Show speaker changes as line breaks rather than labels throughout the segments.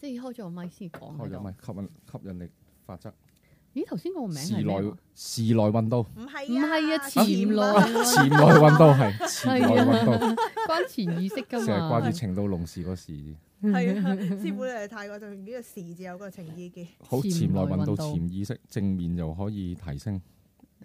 即係開咗個咪先講
開
喺
哦咗咪
度。
吸引吸引力法則，
咦，頭先嗰個名
時哎
係咩啊
來
話？
時來運動，
唔係
唔係啊，
潛
潛
啊
來
前來運動係前來運
啊
動，
關潛意識㗎
成日
嘛。
掛住情到濃時個時，
係啊，師傅你嚟泰國就用呢個時字有個情意嘅，
好
潛
前
來
來
運
運
動
動潛意識正面又可以提升，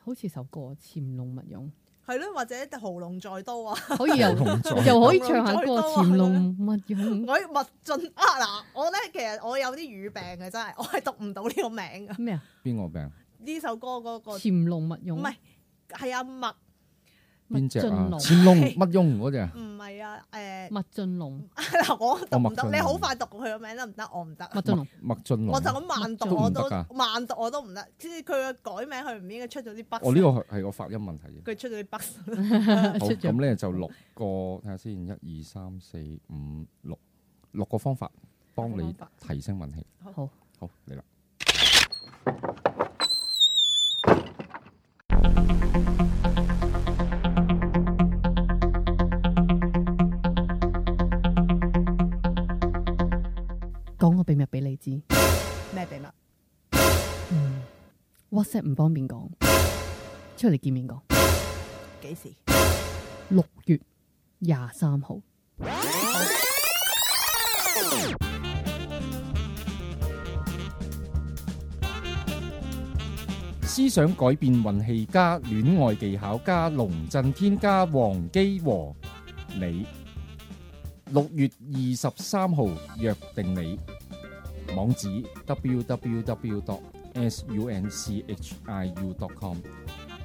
好似首歌《潛龍勿 用
係咯，或者喉嚨再 多啊，》，
可以又
同在
哎又可以唱 下歌《潛龍勿用》
我物盡啊嗱，我咧其實我有啲語病嘅真係，我 係讀唔到呢個名噶，
咩啊？
邊個病？
呢首歌嗰個唔
潛龍勿用，
係係啊阿麥，
邊只
麥浚
啊？
龍
潛龍乜翁嗰只啊？
唔係啊誒
麥浚龍，
嗱，我讀唔
哦麥浚
到，
龍
你好快讀佢個名得唔得？我唔得。
麥浚龍，
麥浚龍
我就咁慢讀
都
我
唔得
都
㗎
慢讀我都唔得，即係佢個改名佢唔應該出咗啲 bug。
哦我呢個係係個發音問題嘅。
佢出咗啲 bug。
好，
出咗
咁咧就六個，睇下先，一二三四五六，六個方法幫
六個
你
方
提升運氣。
好
好，
好嚟啦。
講個秘密俾你知。
咩秘密？
WhatsApp 唔方便講，出嚟見面講。
幾時？
六月廿三號，
思想改變運氣加戀愛技巧加龍震天加黃基和你。六月二十三號約定你，網址 www.sunchiu.com，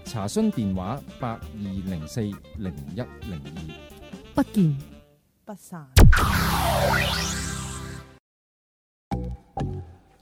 查詢電話八二零四零一零二。
不見
不散。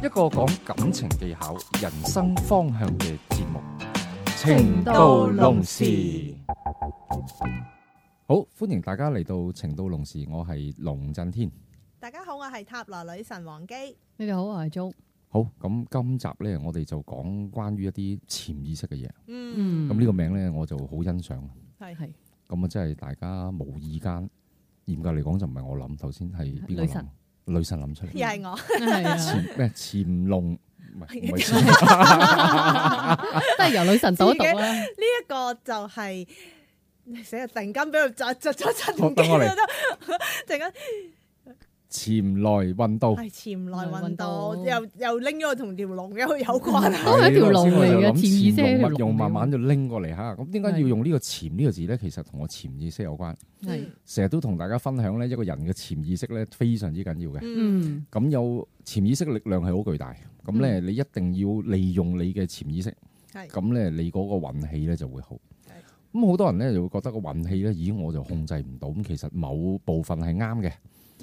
一個講感情技巧、人生方向嘅節目《
情到濃時》。
好，歡迎大家嚟到《情到濃時》，我係龍震天。
大家好，我係塔羅女神王姬。
你哋好，啊我係 Jo，
好，咁今集呢，我哋就講關於一啲潛意識嘅嘢。
嗯，
嗯，
咁呢個名呢，我就好欣賞。
係
係
咁啊，真係大家無意間，嚴格嚟講就唔係我諗，頭先係邊個
女神
諗？女神諗出嚟。
又係我，
係啊，
潛咩？潛龍唔係唔係潛
都係由女神讀一啊讀啦，
呢一個就係、死啊！突然間俾佢窒窒咗窒
好
唔記
等我嚟
得咗，陣間
潛來運到。
係潛來運
潛
動，
來
又又拎咗同條龍有有關啊！
都係一條龍嚟嘅
係頭先我就諗
潛意識係一條龍嚟嘅
潛龍勿用慢慢就拎過嚟嚇。咁點解要用呢個潛呢個字咧？其實同我潛意識有關。
係，
嗯
成日都同大家分享咧，一個人嘅潛意識咧非常之緊要嘅。
嗯，
嗯，
咁有潛意識力量係好巨大。咁咧，你一定要利用你嘅潛意識。
係
咁咧，你嗰個運氣咧就會好
係。
咁好多人咧就會覺得個運氣咧，咦我就控制唔到。咁其實某部分係啱嘅。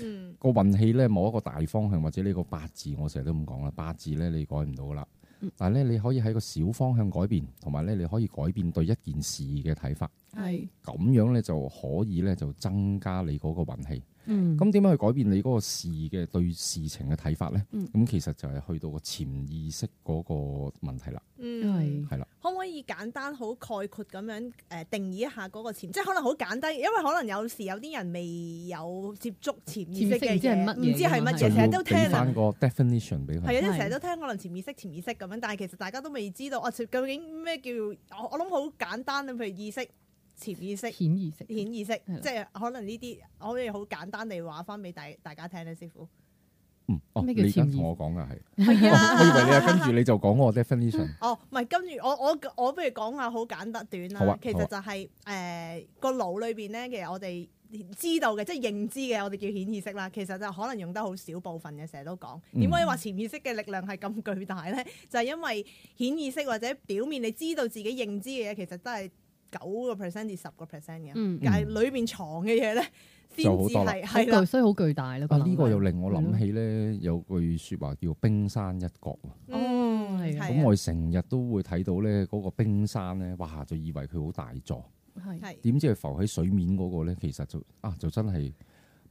嗯，
個運氣咧某一個大方向或者呢個八字，我成日都咁講啦，八字咧你改唔到噶啦
嗯。
但係咧，你可以喺個小方向改變，同埋咧你可以改變對一件事嘅睇法，
嗯係，
咁樣咧就可以咧就增加你嗰個運氣。
嗯，
咁點樣去改變你嗰個事嘅對事情嘅睇法咧？咁、
嗯
其實就係去到個潛意識嗰個問題啦，
嗯。
係，
係啦，
可唔可以簡單好概括咁樣誒定義一下嗰個潛，即係可能好簡單，因為可能有時有啲人未有接觸潛意識
潛
嘅
意識唔知係乜
嘢，
嘢
唔知係乜
其
就
實
嘢，成
要
日都聽
俾
啊
翻個 definition 俾
係
佢。
啊，即係
係
成日都聽可能潛意識、潛意識咁樣，但係其實大家都未知道啊，究竟咩叫我我諗好簡單啊，譬如意識、潛意識、
潛意識，
顯意識，
啦
即係可能呢啲我可以好簡單地話翻俾大大家聽咧，師傅。
嗯，哦，
咩
你
叫
而家
潛意
同我講噶 係，
係
我以為你
啊。
啊跟住你就講我 definition。
哦，唔係，跟住我我我不如講下好簡單短啦。
好啊
其實就係、誒、個腦裏邊咧，其實我哋知道嘅，即係認知嘅，我哋叫顯意識啦。其實就可能用得好少部分嘅，成日都講。
嗯
點可以話潛意識嘅力量係咁巨大咧？就係、因為顯意識或者表面你知道自己認知嘅嘢，其實都係九個 percent 至十個 percent 嘅，
嗯，
但係裏邊藏嘅嘢咧，先
就好
至
多啦
係
好
係啦
巨，。所以好巨大啦，
啊！
能
呢個
量
又令我諗起咧，有句説話叫冰山一角喎。
哦係啊
嗯係
咁我哋成日都會睇到咧嗰個冰山咧，哇！就以為佢好大座，
係
係
點知佢浮喺水面嗰個咧，其實就啊就真係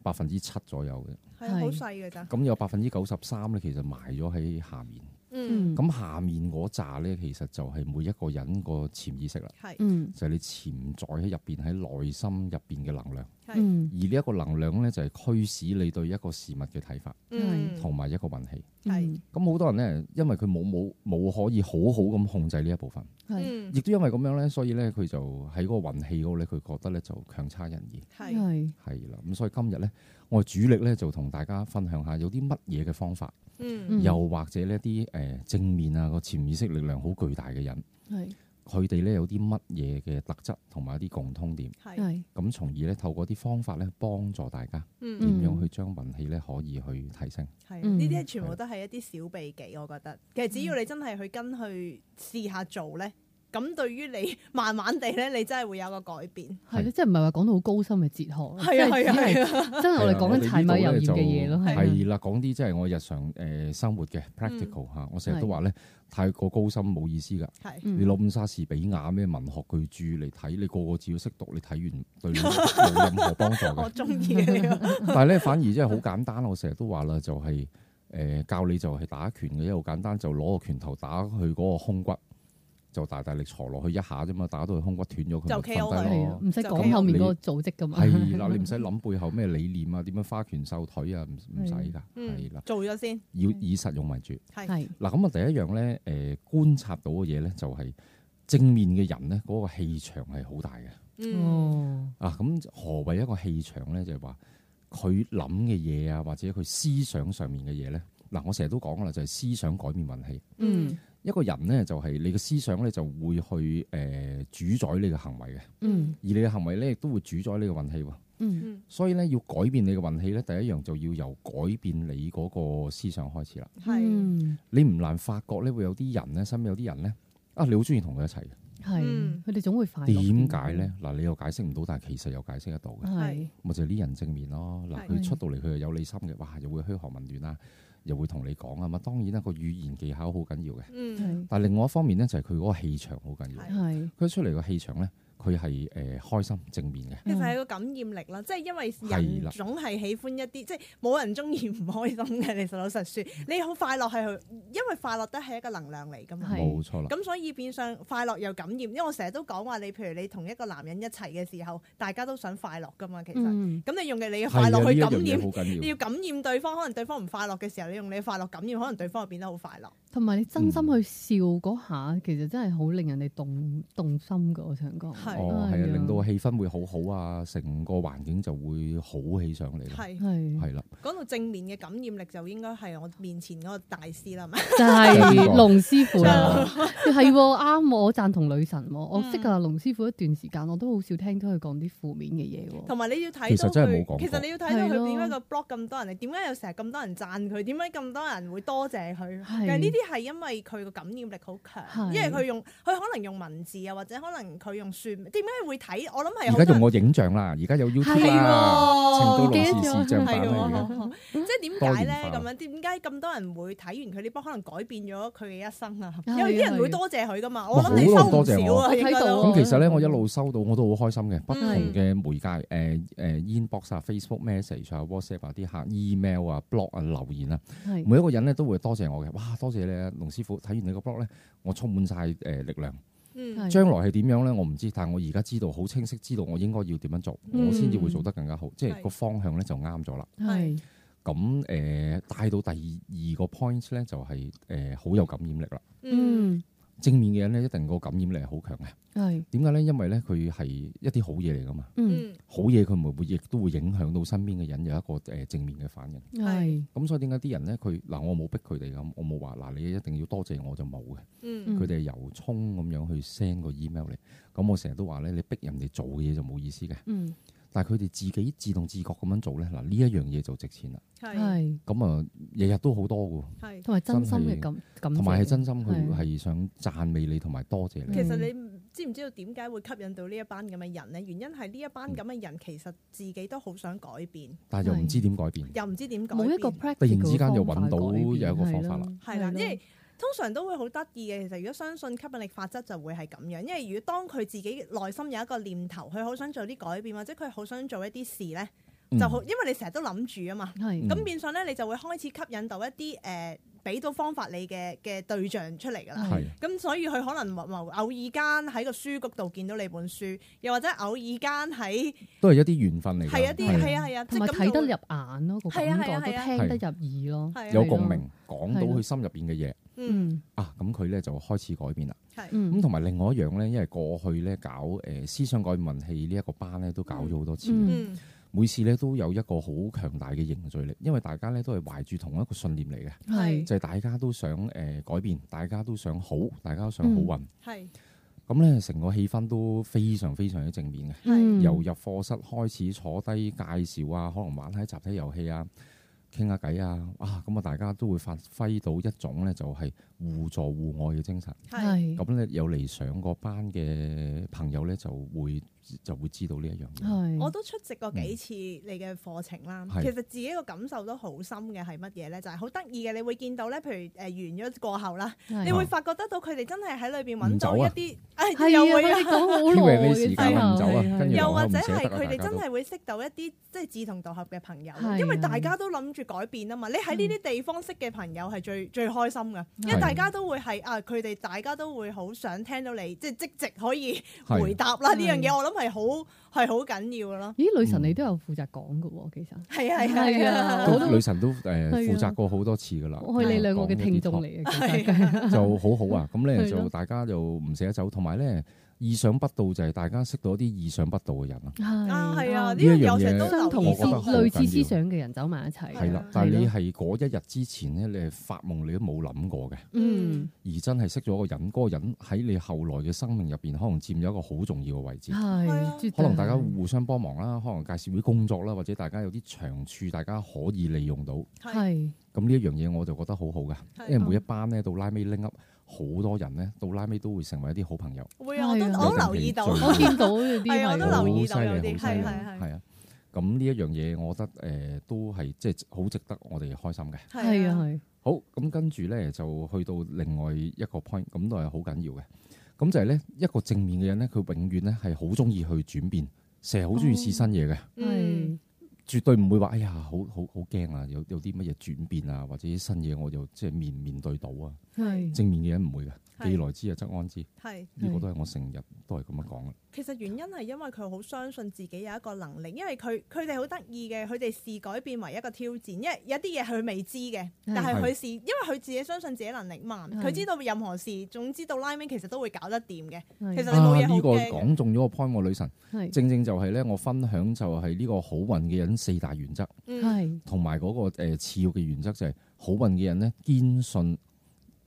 百分之七左右嘅。
係好細嘅咋，
咁有百分之九十三咧，其實埋咗喺下面。
嗯，
嗯
咁下面嗰扎咧，其實就係每一個人個潛意識啦，
係
嗯
就係、你潛在喺入邊喺內心入邊嘅能量。
係，
嗯
而呢一個能量咧，就係驅使你對一個事物嘅睇法，
嗯，
同埋一個運氣。
係
係
咁好多人咧，因為佢冇冇冇可以好好咁控制呢一部分，
係
嗯
亦都因為咁樣咧，所以咧佢就喺嗰個運氣嗰度咧，佢覺得咧就強差人意，
係嗯
係
係啦。咁所以今日咧，我主力咧就同大家分享下有啲乜嘢嘅方法，
嗯
嗯
又或者呢啲誒正面啊個潛意識力量好巨大嘅人，
係
佢哋咧有啲乜嘢嘅特質同埋一啲共通點，
係
係
咁從而咧透過啲方法咧幫助大家點
嗯
嗯
樣去將運氣咧可以去提升。
係
嗯
呢啲全部都係一啲小秘技，我覺得其實只要你真係去跟去試下做咧，咁對於你 慢慢地咧，你真係會有個改變。
係咯，即係唔係話講到好高深嘅哲學咯，
係啊
即係只
係
係真係我哋講緊柴米油鹽嘅嘢咯，係啊嗯
係啦，講啲即係我日常誒生活嘅 practical 嚇，我成日都話咧，太過高深冇意思㗎。
係啊
嗯
你攞五莎士比亞咩文學巨著嚟睇，你個個字要識讀，你睇完 對你冇任何幫助
我
嘅。
中意 呢個，
但係咧，反而真係好簡單，我成日都話啦，就係誒教你就係打拳嘅，一好簡單，就攞個拳頭打去嗰個胸骨，就大大力挫落去一下啫嘛，打到佢胸骨斷咗，佢咪
就 KO
瞓低
係
咯
啊，。唔使
就
講
咁
後面
你
嗰個組織噶 嘛，
係啦，你唔使諗背後咩理念啊，點樣花拳繡腿啊，唔唔使㗎，係啦
嗯，，做咗先，
要以實用為主。
係
係
嗱，咁啊第一樣咧，誒、觀察到嘅嘢咧就係、正面嘅人咧，嗰、個氣場係好大嘅。
嗯
哦
啊，咁何謂一個氣場咧？就係話佢諗嘅嘢啊，或者佢思想上面嘅嘢咧。嗱，我成日都講噶啦，就係、思想改變運氣。
嗯
一個人咧就係、你嘅思想咧就會去誒、主宰你嘅行為嘅，而
嗯
你嘅行為咧亦都會主宰你嘅運氣喎。
嗯
所以咧要改變你嘅運氣咧，第一樣就要由改變你嗰個思想開始啦。
係
嗯
你唔難發覺咧，會有啲人咧，身邊有啲人咧，啊，你好中意同佢一齊嘅，
係
嗯
佢哋總會快樂啲
點解咧？嗱，你又解釋唔到，但係其實又解釋得到嘅，
係
咪就係呢人正面咯。嗱，
係
佢出到嚟佢係有理心嘅，哇，又會噓寒問暖啦，又會同你講啊嘛。當然啦，個語言技巧好緊要嘅，
嗯
係
但係另外一方面咧，就係佢嗰個氣場好緊要。
係
係
佢出嚟個氣場咧，佢係誒開心正面嘅，
其實係個感染力啦，即係因為
係
人
啦
總係喜歡一啲，即係冇人中意唔開心嘅。你實老實説，你好快樂係佢，因為快樂得係一個能量嚟噶嘛。
係
冇錯啦。
咁所以變相快樂又感染，因為我成日都講話你，譬如你同一個男人一齊嘅時候，大家都想快樂噶嘛。其實咁、
嗯
你用嘅你嘅
係啊，
快樂
呢
去
一
感
樣嘢
染，
好緊要。
你要感染對方，可能對方唔快樂嘅時候，你用你嘅快樂感染，可能對方就變得好快樂。
同埋你真心
嗯
去笑嗰下，其實真係好令人哋動動心噶。我想講
係
哦，係
哎
啊，
呀
令到氣氛會好好啊，成個環境就會好起上嚟啦。
係
係
係啦。
講到正面嘅感染力，就應該係我面前嗰個大師啦，係咪？
就係龍師傅啦，
就
係喎啱我贊同女神喎，
嗯
我識啊龍師傅一段時間，我都好少聽到佢講啲負面嘅嘢喎。
同埋你要睇到
其實真係冇講過
佢，其實你要睇到
係
佢
咯
點解個 blog 咁多人，點解有成日咁多人讚佢，點解咁多人會多謝佢？
係
其實呢啲係因為佢個感染力好強，
係
因為佢用佢可能用文字啊，或者可能佢用説，點解會睇？我諗係好
而家
多
用
人
我影像啦，而家有 YouTube 啦，
喎唔
成都
記
老
得
視視像
咗
版
係
啦，而家
喎，即係點
多
解
元
咧
化
咁樣？點解咁多人會睇完佢呢 blog 可能改變咗佢嘅一生啊？
係啊
有啲人會
係啊
多謝佢噶嘛，
哇
我諗你收
好
唔
多人
少
多謝
啊，
我
應該
睇到
都
啊
咁其實咧，我一路收到我都好開心嘅，不同嘅媒介，誒誒 inbox 啊、Facebook message 啊、WhatsApp 啊、啲客 email 啊、blog 啊、留言啊，
係
每一個人咧都會多謝我嘅。哇，多謝你啊，龍師傅！睇完你個 blog 咧，我充滿晒誒力量。
嗯
係
將來係點樣咧，我唔知，但係我而家知道好清晰，知道我應該要點樣做，
嗯
我先至會做得更加好，即係
係
個方向咧就啱咗啦。
係
咁誒帶到第二個 point 咧，就係誒好有感染力啦。
嗯
嗯
正面嘅人咧，一定個感染力係好強嘅。
係
點解咧？因為咧，佢係一啲好嘢嚟噶嘛。
嗯
嗯
好嘢佢咪會亦都會影響到身邊嘅人有一個誒正面嘅反應。
係
咁所以點解啲人咧佢嗱我冇逼佢哋咁，我冇話嗱你一定要多謝我就冇嘅。
嗯
嗯
佢哋係由衷咁樣去 send 個 email 嚟。咁我成日都話咧，你逼人哋做嘅嘢就冇意思嘅。
嗯
但係佢哋自己自動自覺咁樣做咧，嗱呢一樣嘢就值錢啦。
係
係，
咁啊，日日都好多嘅喎，
係。
同埋真心嘅感感謝，
同埋係真心佢
係
係想讚美你同埋多謝
其
你。
實你知唔知道點解會吸引到呢一班咁嘅人呢？原因係呢一
嗯
班咁嘅人其實自己都好想改變，
但係又唔知點改變。
又唔知點改
冇
變。
一個 practical
突然之間就
方法
揾到
改變
有一個方法啦
係
係啦，因為通常都會好得意嘅。其實如果相信吸引力法則，就會係咁樣。因為如果當佢自己內心有一個念頭，佢好想做啲改變，或者佢好想做一啲事咧，
嗯
就好，因為你成日都諗住啊嘛。
係
咁、
嗯
變相咧，你就會開始吸引到一啲誒俾到方法你嘅嘅對象出嚟㗎啦。
係
咁所以佢可能某偶爾間喺個書局度見到你本書，又或者偶爾間喺
都係一啲緣分嚟㗎，
係一啲係啊係啊，即
同埋
係咁
睇得
就
入
會
眼咯，個
係啊
感
係
覺
啊
都
係啊
聽得入耳咯，
係啊
有
係
共
咯
鳴，講到
係咯
佢心入邊嘅嘢
嗯
嗯
啊，咁佢咧就開始改變啦。
係
咁
嗯
同埋另外一樣咧，因為過去咧搞誒、呃思想改變運氣呢一個班咧，都搞咗好多次，
嗯
嗯
每次咧都有一個好強大嘅凝聚力，因為大家咧都係懷住同一個信念嚟嘅，
嗯係
就係、大家都想誒、呃改變，大家都想好，大家都想
嗯
好運，
係
咁咧成個氣氛都非常非常之正面嘅。
嗯
由入課室開始坐低介紹啊，可能玩下集體遊戲啊，傾下偈啊，啊咁啊，大家都會發揮到一種咧就係互助互愛嘅精神。
係
係嗯
咁咧有嚟上嗰班嘅朋友咧就會就會知道呢一樣嘢。
係
我都出席過幾次你嘅課程啦。
嗯
係
其實自己個感受都好深嘅係乜嘢咧？就係好得意嘅，你會見到咧，譬如誒呃完咗過後啦，
係
你會發覺得到佢哋真係喺裏邊揾到
唔走
一
啊
啲，
係
誒
啊，
又
我
會
哋
啊。
講好
以為
耐
你
嘅
時
之
間
後
唔走啊，
係
跟住
係
又或
我唔
者
捨
係
得啊
佢
大
哋
家
真
都
係會識到一啲即係志同道合嘅朋友，
係啊
因為大家都諗住改變啊嘛。你喺呢啲地方識嘅朋友係最最開心噶，因為
係
大家都會係啊，佢哋大家都會好想聽到你即係即席可以
係
回答啦。
係
呢樣嘢我諗係好係好緊要噶咯。
咦，女神
嗯
你都有負責講嘅喎，其實
係啊係啊
係
係啊
啊，
都
我都
女神都誒呃
係啊
負責過好多次噶啦。
我係你兩個嘅聽眾嚟嘅，其實
就好好啊！咁咧
係咯
就大家就唔捨得走，同埋咧意想不到就係大家識到一啲意想不到嘅人啊！
係
啊係啊，呢
呢一樣
樣嘢我成日都
嘢
相同
留意
思
我覺得好
類似
緊
思
要
想嘅人走埋一齊，
係啊
係啦，但係你係嗰一日之前咧，你係發夢你都冇諗過嘅，
嗯
而真係識咗個人，嗰、個人喺你後來嘅生命入邊，可能佔有一個好重要嘅位置。
係
係啊，
絕對
可能大家互相幫忙啦，可能介紹啲工作啦，或者大家有啲長處，大家可以利用到。
係
係
咁呢一樣嘢我就覺得好好噶，
係
因為每一班咧到拉尾拎 up 好多人咧，到拉尾都會成為一啲好朋友。
會啊，我都
係啊
我都留意到，
有陣時
我
最
見到呢啲
係啊我都
係
留意
好
到
犀
有
利，
啲
好犀利，
係係係
係啊！咁呢一樣嘢，我覺得誒、呃都係即係好值得我哋開心嘅。
係啊，係
好，咁跟住咧就去到另外一個 point，咁都係好緊要嘅。咁就係咧一個正面嘅人咧，佢永遠咧係好中意去轉變，成日好中意試新嘢嘅，
嗯
係
絕對唔會話哎呀好好好驚啊！有有啲乜嘢轉變啊，或者啲新嘢我就即係面唔面對到啊。
係
正面嘅人唔會嘅，
係
既來之啊則安之，
係。
呢個
係
都係我成日都係咁樣講嘅。
其實原因係因為佢好相信自己有一個能力，因為佢佢哋好得意嘅，佢哋視改變為一個挑戰，因為有啲嘢佢未知嘅，但係佢視，因為佢自己相信自己能力嘛，
係
佢知道任何事，總之到拉尾其實都會搞得掂嘅。其實你冇
啊！
嘢好
呢個
驚嘅
講中咗個 point 喎，女神。
係
正正就係咧，我分享就係呢個好運嘅人四大原則，
嗯，
係
同埋嗰個誒次要嘅原則就係好運嘅人咧，堅信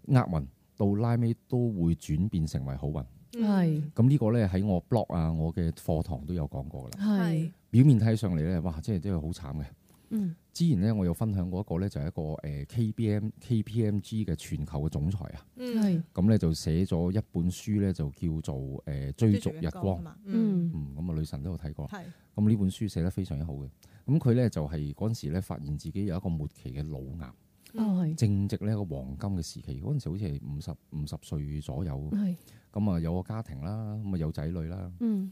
厄運到拉尾都會轉變成為好運。
係
咁呢個咧喺我 blog 啊，我嘅課堂都有講過㗎啦。
嗯係
表面睇上嚟咧，哇！即係真係好慘嘅。
嗯
之前咧，我有分享過一個咧，就係一個呃誒 KBM KPMG 嘅全球嘅總裁啊，
嗯，
係
咁咧就寫咗一本書咧，就叫做誒、呃追逐日光。
嘛，嗯，
嗯
嗯，咁啊，女神都有睇過。
係
咁呢本書寫得非常之好嘅。咁佢咧就係嗰陣時咧發現自己有一個末期嘅腦癌，
哦係
正值呢一個黃金嘅時期。嗰陣時好似係五十五十歲左右，
係
咁啊有個家庭啦，咁啊有仔女啦。
嗯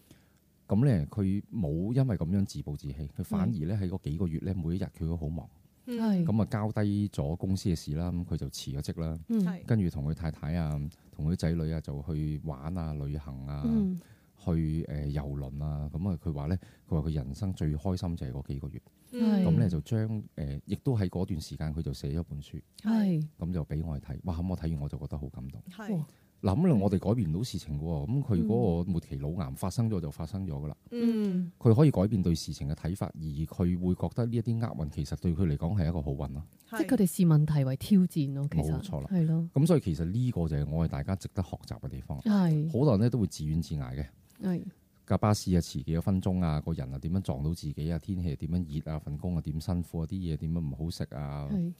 咁咧佢冇因為咁樣自暴自棄，佢反而咧喺嗰幾個月咧每一日佢都好忙，
係
咁啊交低咗公司嘅事啦，咁佢就辭咗職啦，
嗯
係
跟住同佢太太啊，同佢啲仔女啊就去玩啊、旅行啊。
嗯
去誒遊輪啊，咁啊佢話咧，佢話佢人生最開心就係嗰幾個月，
係
咁
嗯
咧就將誒、呃亦都喺嗰段時間佢就寫咗本書，
係
咁就俾我哋睇，哇！咁我睇完我就覺得好感動。
係
哇
嗱，咁啊
嗯
我哋改變唔到事情嘅喎，咁佢嗰個末期腦癌發生咗就發生咗噶啦，
嗯
佢可以改變對事情嘅睇法，而佢會覺得呢一啲厄運其實對佢嚟講係一個好運咯。
即係佢哋視問題為挑戰咯，其實
冇錯啦
係咯
咁所以其實呢個就係我哋大家值得學習嘅地方。
係
好多人咧都會自怨自艾嘅。
係
架巴士啊，遲幾個分鐘啊，個人啊點樣撞到自己啊，天氣啊點樣熱啊，份工啊點辛苦啊，啲嘢點樣唔好食啊，
係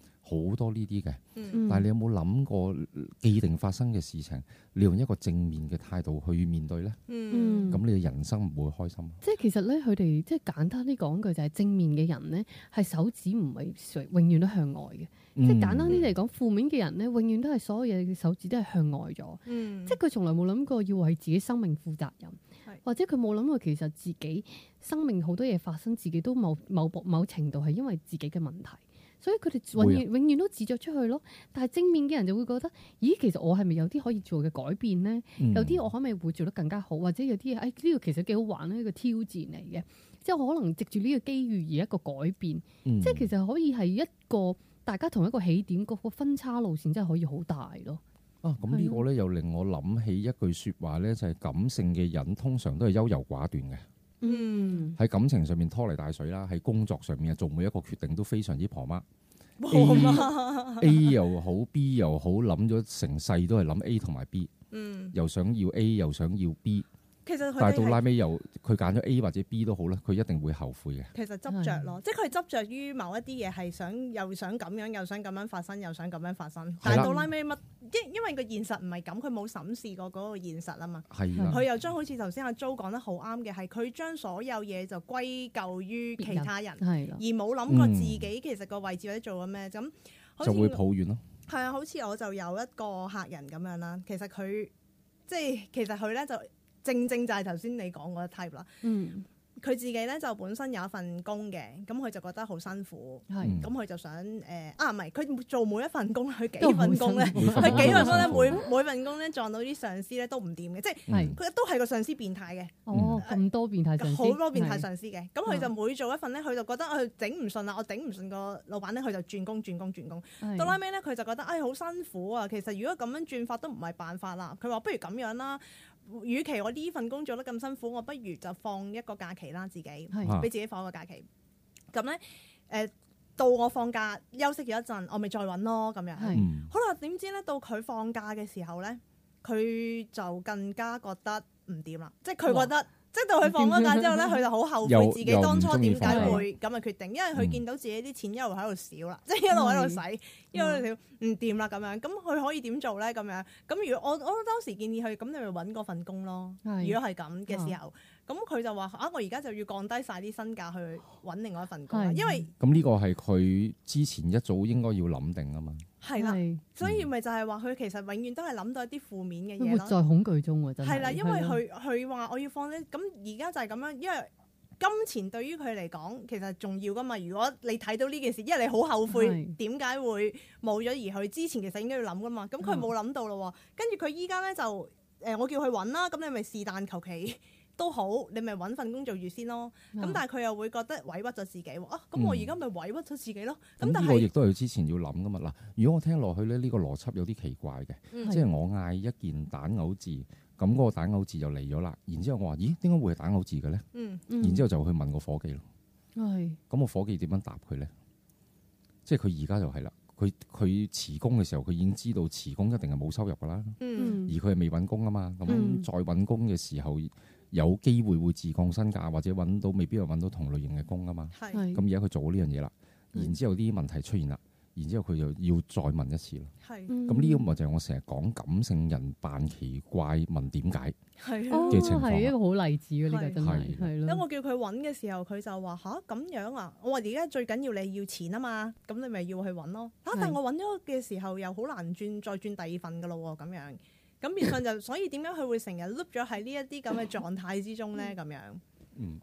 好多呢啲嘅。
嗯，
嗯
但係你有冇諗過既定發生嘅事情，你用一個正面嘅態度去面對呢？
嗯，
嗯
咁、你嘅人生唔會開心。啊
即係其實咧，佢哋即係簡單啲講句就係正面嘅人咧，係手指唔係永遠都向外嘅。即
嗯
係簡單啲嚟講，負面嘅人咧，永遠都係所有嘢嘅手指都係向外咗。
嗯，
即係佢從來冇諗過要為自己生命負責任
係，
或者佢冇諗過其實自己生命好多嘢發生，自己都某某某程度係因為自己嘅問題，所以佢哋永
會啊
遠永遠都自着出去咯。但係正面嘅人就會覺得，咦，其實我係咪有啲可以做嘅改變呢？
嗯
有啲我可唔可以會做得更加好，或者有啲嘢，誒呢個其實幾好玩呢，一個挑戰嚟嘅，即係我可能藉住呢個機遇而一個改變，
嗯
即係其實可以係一個大家同一個起點，個個分叉路線真係可以好大咯。
啊，咁呢個呢，又令我諗起一句説話呢，就係、感性嘅人通常都係優柔寡斷嘅，
嗯，
喺感情上面拖泥帶水啦，喺工作上面啊做每一個決定都非常之婆媽。
冇啊嘛
A 又好，B 又好，諗咗成世都係諗 A 同埋 B，
嗯，
又想要 A 又想要 B，
其實佢
但係到
哋
拉
係
尾又佢揀咗 A 或者 B 都好啦，佢一定會後悔嘅。
其實執着咯，即係佢哋執着於某一啲嘢係想又想咁樣，又想咁樣發生，又想咁樣發生，但係
啦
到拉尾乜，因因為個現實唔係咁，佢冇審視過嗰個現實啊嘛。
係啦。
佢又將好似頭先阿 Jo 講得好啱嘅，係佢將所有嘢就歸咎於其他人，
係啦
而。冇諗過自己其實個位置或者做緊咩咁。好似
就會抱怨咯。
係啊，好似我就有一個客人咁樣啦，其實佢即係其實佢咧就正正就係頭先你講嗰一 type 啦。
嗯，
佢自己咧就本身有一份工嘅，咁佢就覺得好辛苦。
係
嗯
咁佢就想誒、啊，唔係佢做每一份工，佢幾份工咧，
都
好辛苦
佢幾份工咧，
每份工
每每份工咧撞到啲上司咧都唔掂嘅，即係
係
嗯
佢都係個上司變態嘅。
哦，咁多變態上司，
好多變態
係
上司嘅，咁佢就每做一份咧，佢就覺得啊佢頂唔順啦，我頂唔順個老闆咧，佢就轉工轉工轉工，
係
到拉尾咧佢就覺得唉好辛苦啊，其實如果咁樣轉法都唔係辦法啦，佢話不如咁樣啦，與其我呢份工做得咁辛苦，我不如就放一個假期啦，自己
係
啊
俾自己放一個假期，咁咧誒到我放假休息咗一陣，我咪再揾咯咁樣。
係
嗯
好啦，點知咧到佢放假嘅時候咧，佢就更加覺得唔掂啦，即係佢覺得。即係到佢放咗假 之後咧，佢就好後悔
又
自己當初點解
又唔鍾
會咁嘅決定，因為
嗯
佢見到自己啲錢一路喺度少啦， 即係一路喺度使，一路喺度唔
嗯
掂啦咁樣。咁佢可以點做咧？咁樣咁如果我我當時建議佢，咁你咪揾嗰份工咯。
係啊
如果係咁嘅時候，咁佢就話啊，我而家就要降低晒啲身價去揾另外一份工啦，
係
因為
咁呢個係佢之前一早應該要諗定啊嘛。
係啦。
係
所以咪就係話佢其實永遠都係諗到一啲負面嘅嘢
活
咯。
在恐懼中喎，真係
係啦，因為
係咯
佢佢話我要放咧，咁而家就係咁樣，因為金錢對於佢嚟講其實重要噶嘛。如果你睇到呢件事，因為你好後悔
係
點解會冇咗，而佢之前其實應該要諗噶嘛。咁佢
嗯
冇諗到咯喎，跟住佢依家咧就誒、我叫佢揾啦，咁你咪是但求其都好，你咪揾份工做住先咯。
嗯
咁、
啊
但係佢又會覺得委屈咗自己喎，啊咁我而家咪委屈咗自己咯。咁、
咁
但
呢個亦
係
都係佢之前要諗噶嘛。嗱，如果我聽落去咧，呢個邏輯有啲奇怪嘅，
嗯
即係我嗌一件蛋牛字，咁嗰個蛋牛字就嚟咗啦。然之後我話：咦，點解會係蛋牛字嘅咧？
嗯
嗯
然之後就去問個伙計咯。
係
咁個伙計點樣答佢咧？即係佢而家就係啦。佢佢辭工嘅時候，佢已經知道辭工一定係冇收入噶啦。
嗯
嗯
而佢係未揾工啊嘛，咁、
嗯
再揾工嘅時候有機會會自降身價，或者揾到未必係揾到同類型嘅工啊嘛。
係
係
咁而家佢做咗呢樣嘢啦，
嗯
然之後啲問題出現啦，然之後佢就要再問一次咯。
係
咁呢個
嗯
咪就係我成日講感性人扮奇怪問點解，
係啊
哦
嘅情況啊
係一個好例子嘅呢個
係
真係
係
係
咁
咯，
我叫佢揾嘅時候，佢就話吓咁樣啊！我話而家最緊要你要錢啊嘛，咁你咪要去揾咯。嚇、
係
但我揾咗嘅時候又好難轉，再轉第二份噶咯喎，咁樣。咁變相就所以點解佢會成日 loop 咗喺呢一啲咁嘅狀態之中咧？咁樣
嗯，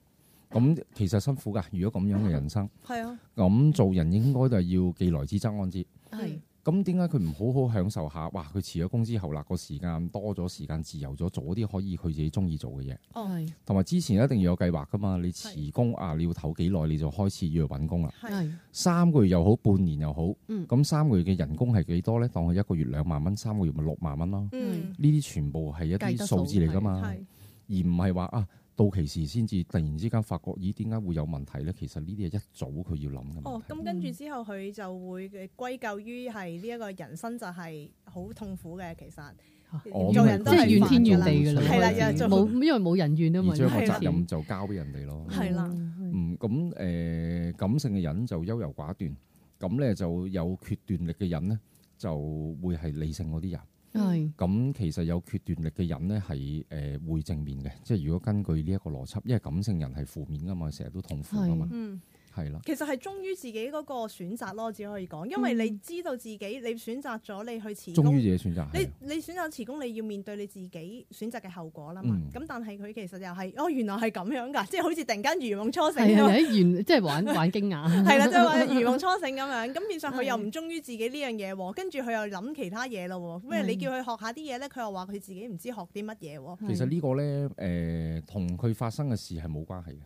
咁其實辛苦㗎。如果咁樣嘅人生，
係啊，
咁做人應該就係要既來之則安之。
嗯
係
咁點解佢唔好好享受下？哇！佢辭咗工之後啦，個時間多咗，時間自由咗，做啲可以佢自己中意做嘅嘢。
哦
係
同埋之前一定要有計劃噶嘛，你辭工啊，你要唞幾耐，你就開始要去揾工啦。
係
係
三個月又好，半年又好，咁、
嗯
三個月嘅人工係幾多呢？當佢一個月兩萬蚊，三個月咪六萬蚊咯。
嗯
呢啲全部係一
計
啲
得
數字嚟噶嘛，而
係
唔係話啊到期時先至突然之間發覺，咦點解會有問題呢？其實呢啲係一早佢要諗噶嘛
哦。。咁跟住之後佢就會嘅歸咎於係呢一個人生就係好痛苦嘅，其實
哦
做
咁
即
係
人都
係
係
怨天怨
煩㗎啦
地㗎啦，
係啦
開始
又做
冇因為冇人怨啊嘛，
而將個
以前
責任就交俾人哋咯。嗯
係啦
哦係
嗯，咁誒、呃感性嘅人就優柔寡斷，咁咧就有決斷力嘅人咧就會係理性嗰啲人。
嗯
係
咁其實有決斷力嘅人咧係誒會正面嘅，即係如果根據呢一個邏輯，因為感性人係負面噶嘛，成日都痛苦噶嘛，
嗯，
係啦，
其實係忠於自己嗰個選擇咯，只可以講，因為你知道自己你選擇咗你去辭
忠
工
於。自己選擇係
你
啊
你選擇辭工，你要面對你自己選擇嘅後果啦嘛
嗯。
咁、但係佢其實又係，哦原來係咁樣㗎，即係好似突然間如夢初醒
係
咁
啊，。有啲完即係 玩玩驚訝，
係啦，即係話如夢初醒咁樣，咁變相佢又唔忠於自己呢樣嘢喎，跟住佢又諗其他嘢咯喎。咩啊
係
你叫佢學下啲嘢咧，佢又話佢自己唔知學啲乜嘢喎。
其實呢個咧誒同佢發生嘅事係冇關係嘅。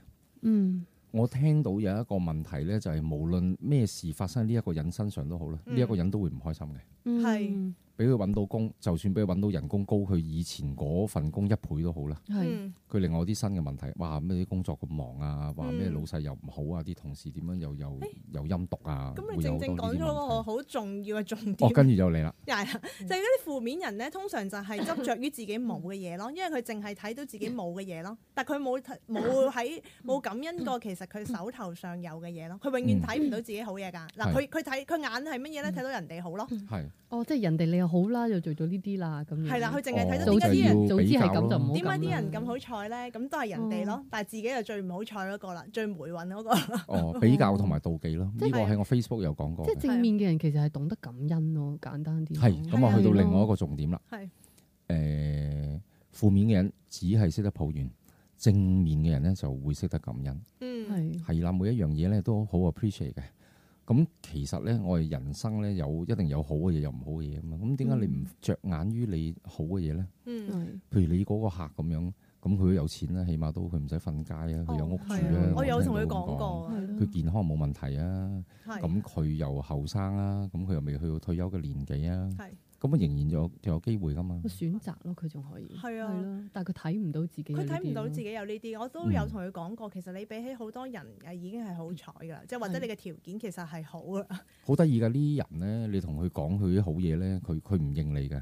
嗯
我聽到有一個問題咧，就係、無論咩事發生喺呢一個人身上都好啦，呢
嗯
一、個人都會唔開心嘅。
嗯
係
俾佢揾到工，就算俾佢揾到人工高，佢以前嗰份工一倍都好啦。
係
嗯
佢另外有啲新嘅問題，哇！咩啲工作咁忙啊，話咩
嗯
老細又唔好啊，啲同事點樣又又
誒
又陰毒啊，
咁
會
你
有好
正正
多
講咗
呢啲
嗰個
問題。
好重要嘅重
哦，
點，
跟住就嚟啦，
係啦，就係嗰啲負面人咧，通常就係執着於自己冇嘅嘢咯，因為佢淨係睇到自己冇嘅 嘢咯，但佢冇睇冇喺冇感恩過其實佢手頭上有嘅嘢咯，佢永
嗯
遠睇唔到自己好嘢㗎。嗱，佢佢睇佢眼係乜嘢咧？睇到人哋好咯，
係
哦，即係人哋你又好啦，又做咗呢啲啦，咁樣
嗯
係啦，佢淨係睇
哦
到點解啲人。
早知係咁就唔好
點解
咁
啲
啦
人咁好彩
啊
咧？咁都係人哋
哦
咯，但係自己就最唔好彩嗰個啦，最霉運 嗰個。
哦，比較同埋妒忌 咯，
即係
呢個喺我 Facebook 有講過
即係
嘅，
啊
正面嘅人其實係懂得感恩咯，簡單啲
係
講。
咁啊，去到
係咯
另外一個重點啦。
係
誒，負面嘅人只係識得抱怨，正面嘅人咧就會識得感恩。
嗯，
係
係啦，每一樣嘢咧都好 appreciate 嘅。咁其實咧，我哋人生咧有一定有好嘅嘢，有唔好嘅嘢咁啊嘛。咁點解你唔着眼於你好嘅嘢咧？
嗯，
係
譬如你嗰個客咁樣，咁佢都有錢啦，起碼都佢唔使瞓街啊，佢有屋住
係
啊
啊。我有同佢
聽到咁
講過啊，
係咯
佢健康冇問題啊。
係
咁佢又後生啊，咁佢又未去到退休嘅年紀啊，
係嗯
咁啊仍然有仲有機會噶嘛
個。選擇咯，佢仲可以
係啊
係咯，但係佢睇唔到自己有
佢
呢啲咯，
睇唔到自己有呢啲，我都有同佢講過。其實你比起好多人誒已經係好彩㗎啦，即係或者你嘅條件其實係好啊㗎。
好得意㗎呢啲人咧，你同佢講佢啲好嘢咧，佢佢唔應你㗎。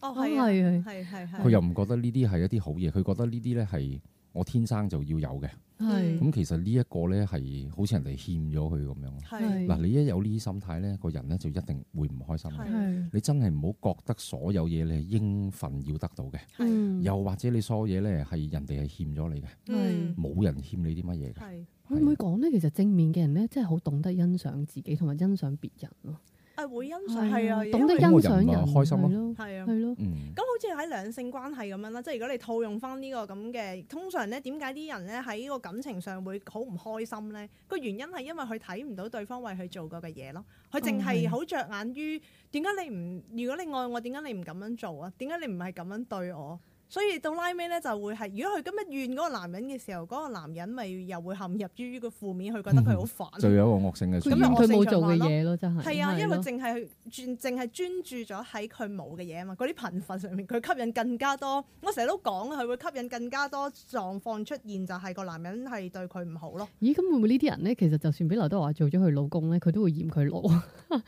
哦，
哦
係啊，
係
係係
佢
係。
又唔覺得呢啲係一啲好嘢，佢覺得呢啲咧係我天生就要有嘅。
係
咁其實呢一個咧係好似人哋欠咗佢咁樣。
嗯係
嗱，你一有呢啲心態咧，個人咧就一定會唔開心嘅。
係
係
你真係唔好覺得所有嘢你係應份要得到嘅，
係
嗯
又或者你所有嘢咧係人哋係欠咗你嘅，
嗯
冇人欠你啲乜嘢嘅。
係
會唔會講咧？其實正面嘅人咧，真係好懂得欣賞自己同埋欣賞別人咯。
啊會欣賞係啊，
懂得
因為
欣賞
咁個
人，
人咪開心咯
係咯，
係啊。
係咯，
嗯
咁好似喺兩性關係咁樣啦，即係如果你套用翻呢個咁嘅，通常咧點解啲人咧喺個感情上會好唔開心咧？個原因係因為佢睇唔到對方為佢做過嘅嘢咯，佢淨係好着眼於點解你唔，如果你愛我，點解你唔咁樣做啊？點解你唔係咁樣對我？所以到拉尾咧就會係，如果佢今日怨嗰個男人嘅時候，嗰、個男人咪又會陷入於個負面，佢覺得佢好煩。
就有一個惡性嘅
佢
循
怨
環
啊咁又啊
佢冇做嘅嘢咯，真係。
係啊，因為
咯
佢淨係專淨係專注咗喺佢冇嘅嘢啊嘛，嗰啲貧乏上面，佢吸引更加多。我成日都講啊，佢會吸引更加多狀況出現，就係個男人係對佢唔好 咯，
咦，咁會唔會呢啲人咧？其實就算俾劉德華做咗佢老公咧，佢都會嫌佢 老，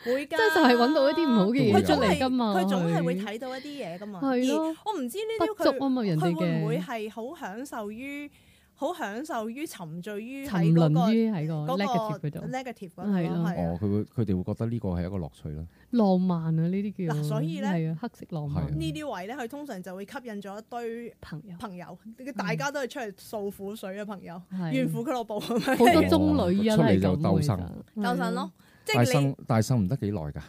會㗎。
即係就係揾到一啲唔好嘅嘢
佢總
出嚟
係
㗎嘛。
佢總係會睇到一啲嘢㗎嘛。
係咯
而我唔知呢啲
不足
佢
啊嘛，人哋
佢會唔會
嘅
係好享受於好享受於沉醉於
沉
喺嗰
淪
個
於喺個 negative 嗰度
negative 嗰度
係咯
咯，係
哦
啊，
佢會佢哋會覺得呢個係一個樂趣啦。
浪漫啊，呢啲叫
嗱所以呢
係啊，黑色浪
係啊
漫
呢啲位咧，佢通常就會吸引咗一堆
朋友
朋友，大家都係出嚟訴苦水嘅朋友。
嗯係
怨婦俱樂部咁樣
好多中女啊，
出
都
嚟
係
就
咁
鬥
嘅
生
其實啊
鬥神咯，，即
但係
係你嗯
生但係生唔得幾耐㗎，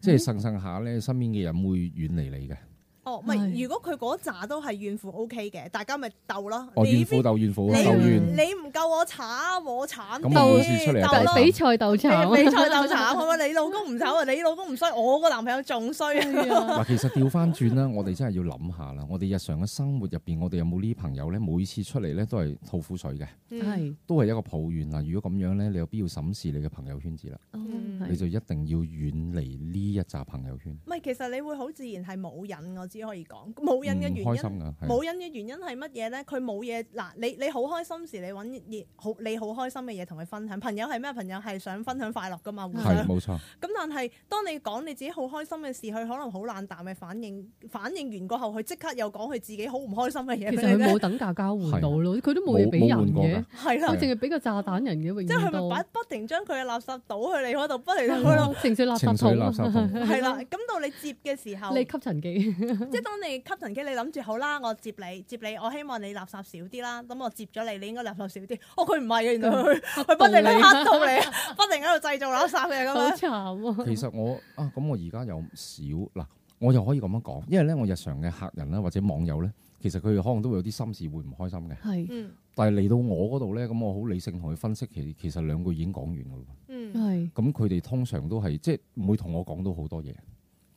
即係生生下咧，身邊嘅人會遠離你嘅。
哦，唔係
係
如果佢嗰扎都係怨婦 O K 嘅，大家咪鬥咯。
哦，
你
怨婦鬥怨婦，
你
鬥怨。
你唔夠我慘，我慘
咁
啲
我好
似出嚟
係
啊
鬥
鬥
咯
咯
比賽鬥慘。
比賽鬥慘啊嘛！你老公唔慘啊，你老公唔衰，我個男朋友仲衰啊！
係 啊
嗱，其實調翻轉啦，我哋真係要諗下啦。我哋日常嘅生活入邊，我哋有冇呢啲朋友咧？每次出嚟咧都係吐苦水嘅，
嗯
係，
都係一個抱怨啦。如果咁樣咧，你有必要審視你嘅朋友圈子啦，
哦
嗯
係
你就一定要遠離呢一紮朋友圈。
唔係，其實你會好自然係冇癮，我知只可以講冇癮嘅原
唔嗯開
因
心。㗎，係
冇癮嘅原因係乜嘢咧？佢冇嘢嗱，你你好開心時，你揾嘢好你好開心嘅嘢同佢分享。朋友係咩？朋友係想分享快樂噶嘛，互相。
係
咁
冇錯，
但係當你講你自己好開心嘅事，佢可能好冷淡嘅反應，反應完過後，佢即刻又講佢自己好唔開心嘅嘢。
其實
俾
佢
你
冇
聽
等價交換
係
到咯，佢都 啊冇嘢俾人
冇換過
嘅
㗎，
係啦
佢，淨係俾個炸彈人嘅，永
即係
遠
佢
都
咪不不停將佢嘅垃圾倒去你嗰度，不 停倒
係
去嗰
咯情緒垃
情
圾
緒
桶
垃
啊
圾桶，
度，係啦。咁到你接嘅時候，
你吸塵機，
即係當你吸塵機，你諗住好啦，我接你，接你，我希望你垃圾少啲啦。咁我接咗你，你應該垃圾少啲。哦，佢唔係嘅，原來佢佢不停喺度黑到你， 不停喺度製造垃圾嘅咁
好
樣。
慘啊！
其實我啊，咁我而家有少嗱，我又可以咁樣講，因為咧我日常嘅客人啦或者網友咧，其實佢哋可能都會有啲心事會唔開心嘅，
係
嗯
但係嚟到我嗰度咧，咁我好理性同佢分析，其其實兩句已經講完㗎啦。
嗯
係
咁佢哋通常都係即係唔會同我講到好多嘢，
係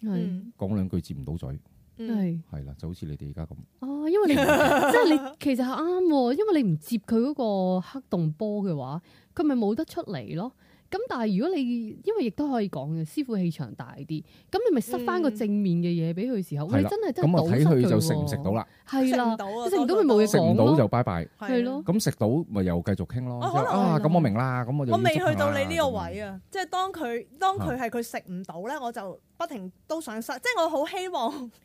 嗯
講兩句接唔到嘴，
嗯，
係
係啦，就好似你哋而家咁。
啊！因為 你即係你其實係啱喎，因為你唔接佢嗰個黑洞波嘅話，佢咪冇得出嚟咯。咁但係如果你因為亦都可以講嘅，師傅氣場大啲，咁你咪塞翻個
嗯
正面嘅嘢俾佢時候，
係
你
啦
真係真
咁
係
啊
堵
睇
塞
佢
佢
就
喎
食唔食到。啦，
係
食
啦
唔，到啊
你食唔到咪冇嘢
食
講
唔
咯
到就拜拜。
係咯。
咁食到咪又繼續傾咯。
哦
即係
可能
啊，
係啦
咁我明啦，咁我就
我
要
未
執行
去到
啦
你呢個
咁樣
位啊，即係當佢當佢係佢食唔到咧，我就不停都想塞，即係我好希望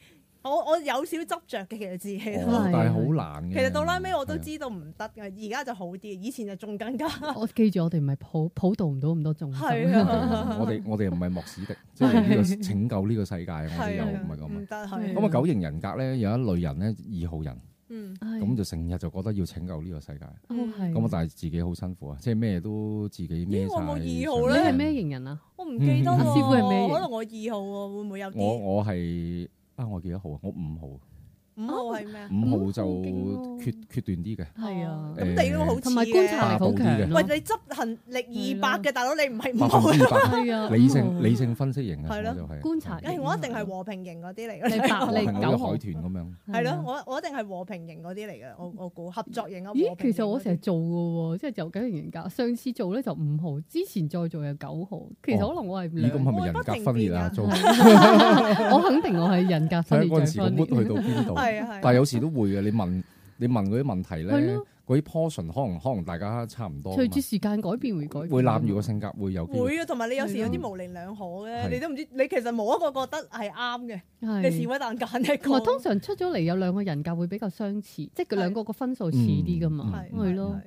我我有少執着嘅，其實自己。
哦
係
但係好難嘅。
其實到拉尾我都
係啊
知道唔得嘅，而家就好啲，以前就仲更加
我記住，我哋唔係普普渡唔到咁多眾生。
係啊
我哋我哋唔係莫史迪， 即係呢個拯救呢個世界，我哋
係
又
啊
唔係咁
唔
啊。
得
係
咁啊，
係。
九型人格咧有一類人咧，二號人，
嗯。
係
咁就成日就覺得要拯救呢個世界。
哦係
咁啊，但係自己好辛苦啊，即係咩都自己孭
咦我冇
晒
二號
你
咧
上
係
身
咩型人啊？
我唔記得
嗯
喎，
師傅係咩
可能我二號喎，會唔會有
我
啲
我係啊，我幾多號啊？我五
五號係咩啊？
號，五
五
號
號
就
勁喎
決決斷啲嘅，
係啊
咁，你都好似嘅
同埋觀
ờ,
察力好強咯
喂，。你執行力二百嘅大佬，你唔係
百
五號
分
啊哦
之？百
係啊，
理
五
性
號
理性分析型嘅，
係
我
咯
就係
觀察
誒，我一定係和平型嗰啲嚟
你
嘅，
白你
係
九號
好似海豚咁樣。
係咯，我我一定係和平型嗰啲嚟嘅，我我估合作型啊。
咦
和，平
其
型
實我
嗰啲
成日做嘅喎，即係由九型人格。上次做咧就五號，之前再做又九號。其實
哦
可能我係
咦，
兩，
咁係 咪人格分裂啊？
我
做
我肯定我係人格
睇下
分裂
嗰陣時
再
個
分
mood
裂。
去到 邊度。
係啊係
但係
啊，
有時都會嘅，你問你問嗰啲問題
係
咧
咯，
嗰啲 portion 可能可能大家差唔多㗎
隨住
嘛，
時間改變會改變。
會攬住個性格會有機會
會啊，同埋你有時有啲模棱兩可
係
嘅，你都唔知，你其實冇一個覺得係啱嘅，
係
你是。鬼但揀一
同埋
個
通。常出咗嚟有兩個人格會比較相似，即係佢兩個個分數似啲噶嘛，
係
係咯，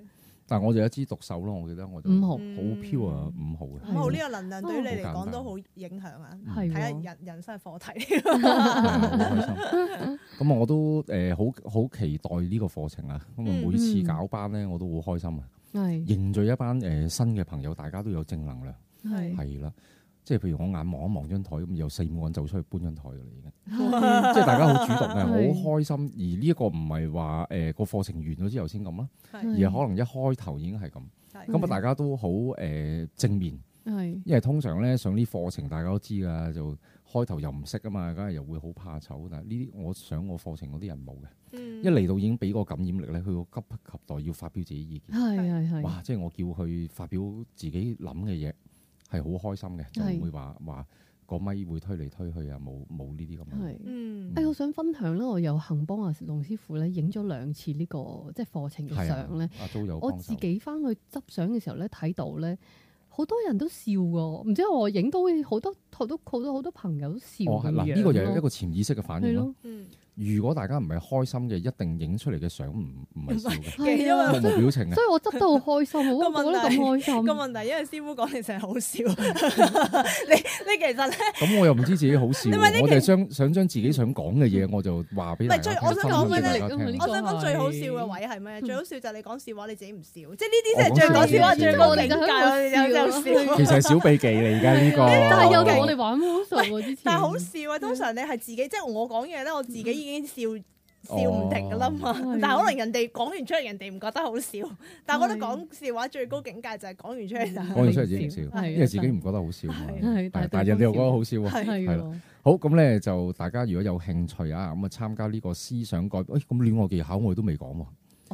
但係我就一支毒手咯，我記得我就
五號
好 pure 啊，五號嘅
係
五號呢個能量對於你嚟
好簡
講
單
都好影響啊，
嗯
係
睇下
喎。
人人生嘅課題。
啊好開心。咁 我都誒好好期待呢個課程啊！咁啊
嗯
每次搞班咧，我都好開心啊，
係
凝聚一班誒新嘅朋友，大家都有正能量，
係
係啦。即係譬如我眼望一望張台，咁有四五個人走出去搬張台噶啦，已經。
係
即係大家好主動啊，好
係
開心。而呢一個唔係話誒個課程完咗之後先咁啦，而
係
係可能一開頭已經係咁。
係
咁啊，
嗯
大家都好誒正面，
係
因為通常咧上啲課程大家都知㗎，就開頭又唔識啊嘛，梗係又會好怕醜。但係呢啲我上我課程嗰啲人冇嘅，
嗯
一嚟到已經俾個感染力咧，佢個急不及待要發表自己意見。
係係係，
哇！即係我叫佢發表自己諗嘅嘢，係好開心嘅，就
係
唔會話話個咪會推嚟推去啊，冇冇呢啲咁嘅。
係。
嗯
哎誒，我想分享咧，我有幸幫阿龍師傅咧影咗兩次呢、個即係課程嘅
係
相咧
啊。，阿租有
我
幫
自
手
己翻去執相嘅時候咧，睇到咧好多人都笑喎，唔知我影到好多好多好多好多朋友都笑
哦，係
咁
嗱，
樣
呢個又係一
個
個潛意識嘅反
係
應咯。
咯，
嗯，
如果大家唔係開心嘅，一定影出嚟嘅相唔唔 係笑嘅，
嘅
係啊
都，冇表情 嘅
所。以我執得好開心，啊我
個
覺得
問題
咁開心，
個問題因為師傅講你成日好 笑，你你其實咧，
咁我又唔知自己好笑，
因為呢期
我哋想想將自己想講嘅嘢，我就話俾大家
唔係
聽，
最我想講嘅呢
分享俾
呢個
大家聽
我想講最好笑嘅位係咩？最好笑就係你講笑話你自己唔笑，即係呢啲
嗯
先係最
我講
講笑話
笑
最
話
高
我哋
境界，
就
我哋
喺
有
度
有笑
笑。
其實係小秘技嚟而家呢個。
但係有同我
哋
哋玩 m o s 喎，之前
但係好笑啊！通常你係自己，即係我講嘢咧，我自
嗯
己已經笑。笑唔停噶啦嘛，
哦
但係可能人哋講完出嚟，人哋唔覺得好笑。但係我覺得
係
講笑話最高境界就係講完出嚟就係
講完出嚟自己笑，
係啊
因為自己唔覺得好笑嘛
係，
但
但係
但係人哋又覺得好笑喎。
係
係
係
喎，
好咁咧，就大哎家如果有興趣啊，咁啊參加呢個思想改，誒咁戀愛技巧我哋都未講喎。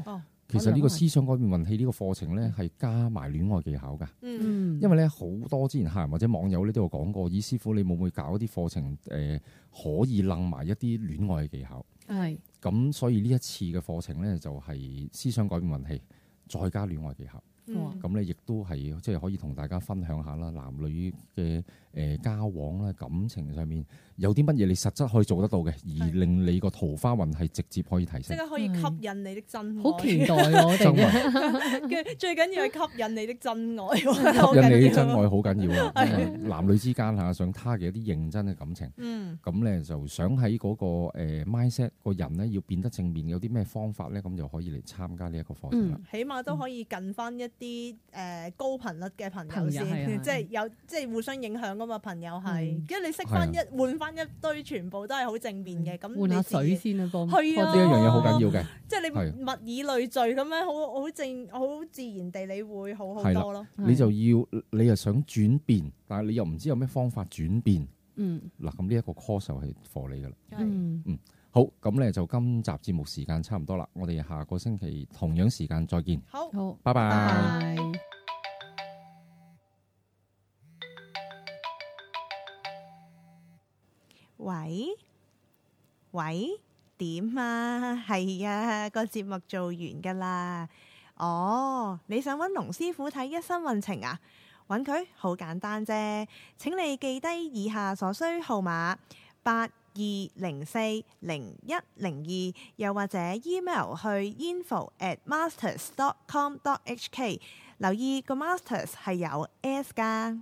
哦
其實呢個思想改變運氣呢個課程咧，係加埋戀愛技巧㗎。
嗯
嗯，
因為咧好多之前客人或者網友咧都有講過，咦師傅你會唔會搞一啲課程誒、呃可以楞埋一啲戀愛嘅技巧？
係
咁所以呢一次嘅課程咧就係、思想改變運氣，再加戀愛技巧。
嗯
咁咧亦都係即係可以同大家分享下啦，男女嘅誒、呃交往啦，感情上面有啲乜嘢你實質可以做得到嘅，而
係
令你個桃花運係直接可以提
即
升。
刻可以吸引你的真愛，
嗯好期待喎我
真
哋。
愛
嘅最緊要係吸引你的真 愛，吸
吸引你啲真愛好緊 要啊！
係
因為男女之間嚇想他嘅一啲認真嘅感情。
嗯
咁咧就想喺嗰、個、呃、mindset 個人咧要變得正面，有啲咩方法咧？咁就可以嚟參加呢一個課
嗯
程啦。
起碼都可以近翻一啲誒高頻率嘅朋友
朋友係啊
先， 即係有即係互相影響噶嘛，朋友係
嗯，
跟住你識翻
啊
一換翻一堆，全部都係好正面嘅，咁
嗯換下
你自然
水先啦，幫
係啊
呢一樣嘢好緊要嘅，
即係你
係啊
物以類聚咁樣，好好正好自然地，你會好好
係啦
多咯。
係
你就要你又想轉變，但係你又唔知有咩方法轉變。
嗯
嗱，咁呢一個 course 就係 for 你噶啦。
嗯，
好，咁咧就今集節目時間差唔多啦，我哋下個星期同樣時間再見，
好。
好，
拜拜。
拜
拜
拜。
喂喂，點啊？ 係啊，個節目做完噶啦。哦，你想揾龍師傅睇一生運程啊？揾佢好簡單啫。請你記低以下所需號碼八二零四零一零二，又或者 email 去 info at masters dot com dot hk。留意個 masters 係有 s 㗎。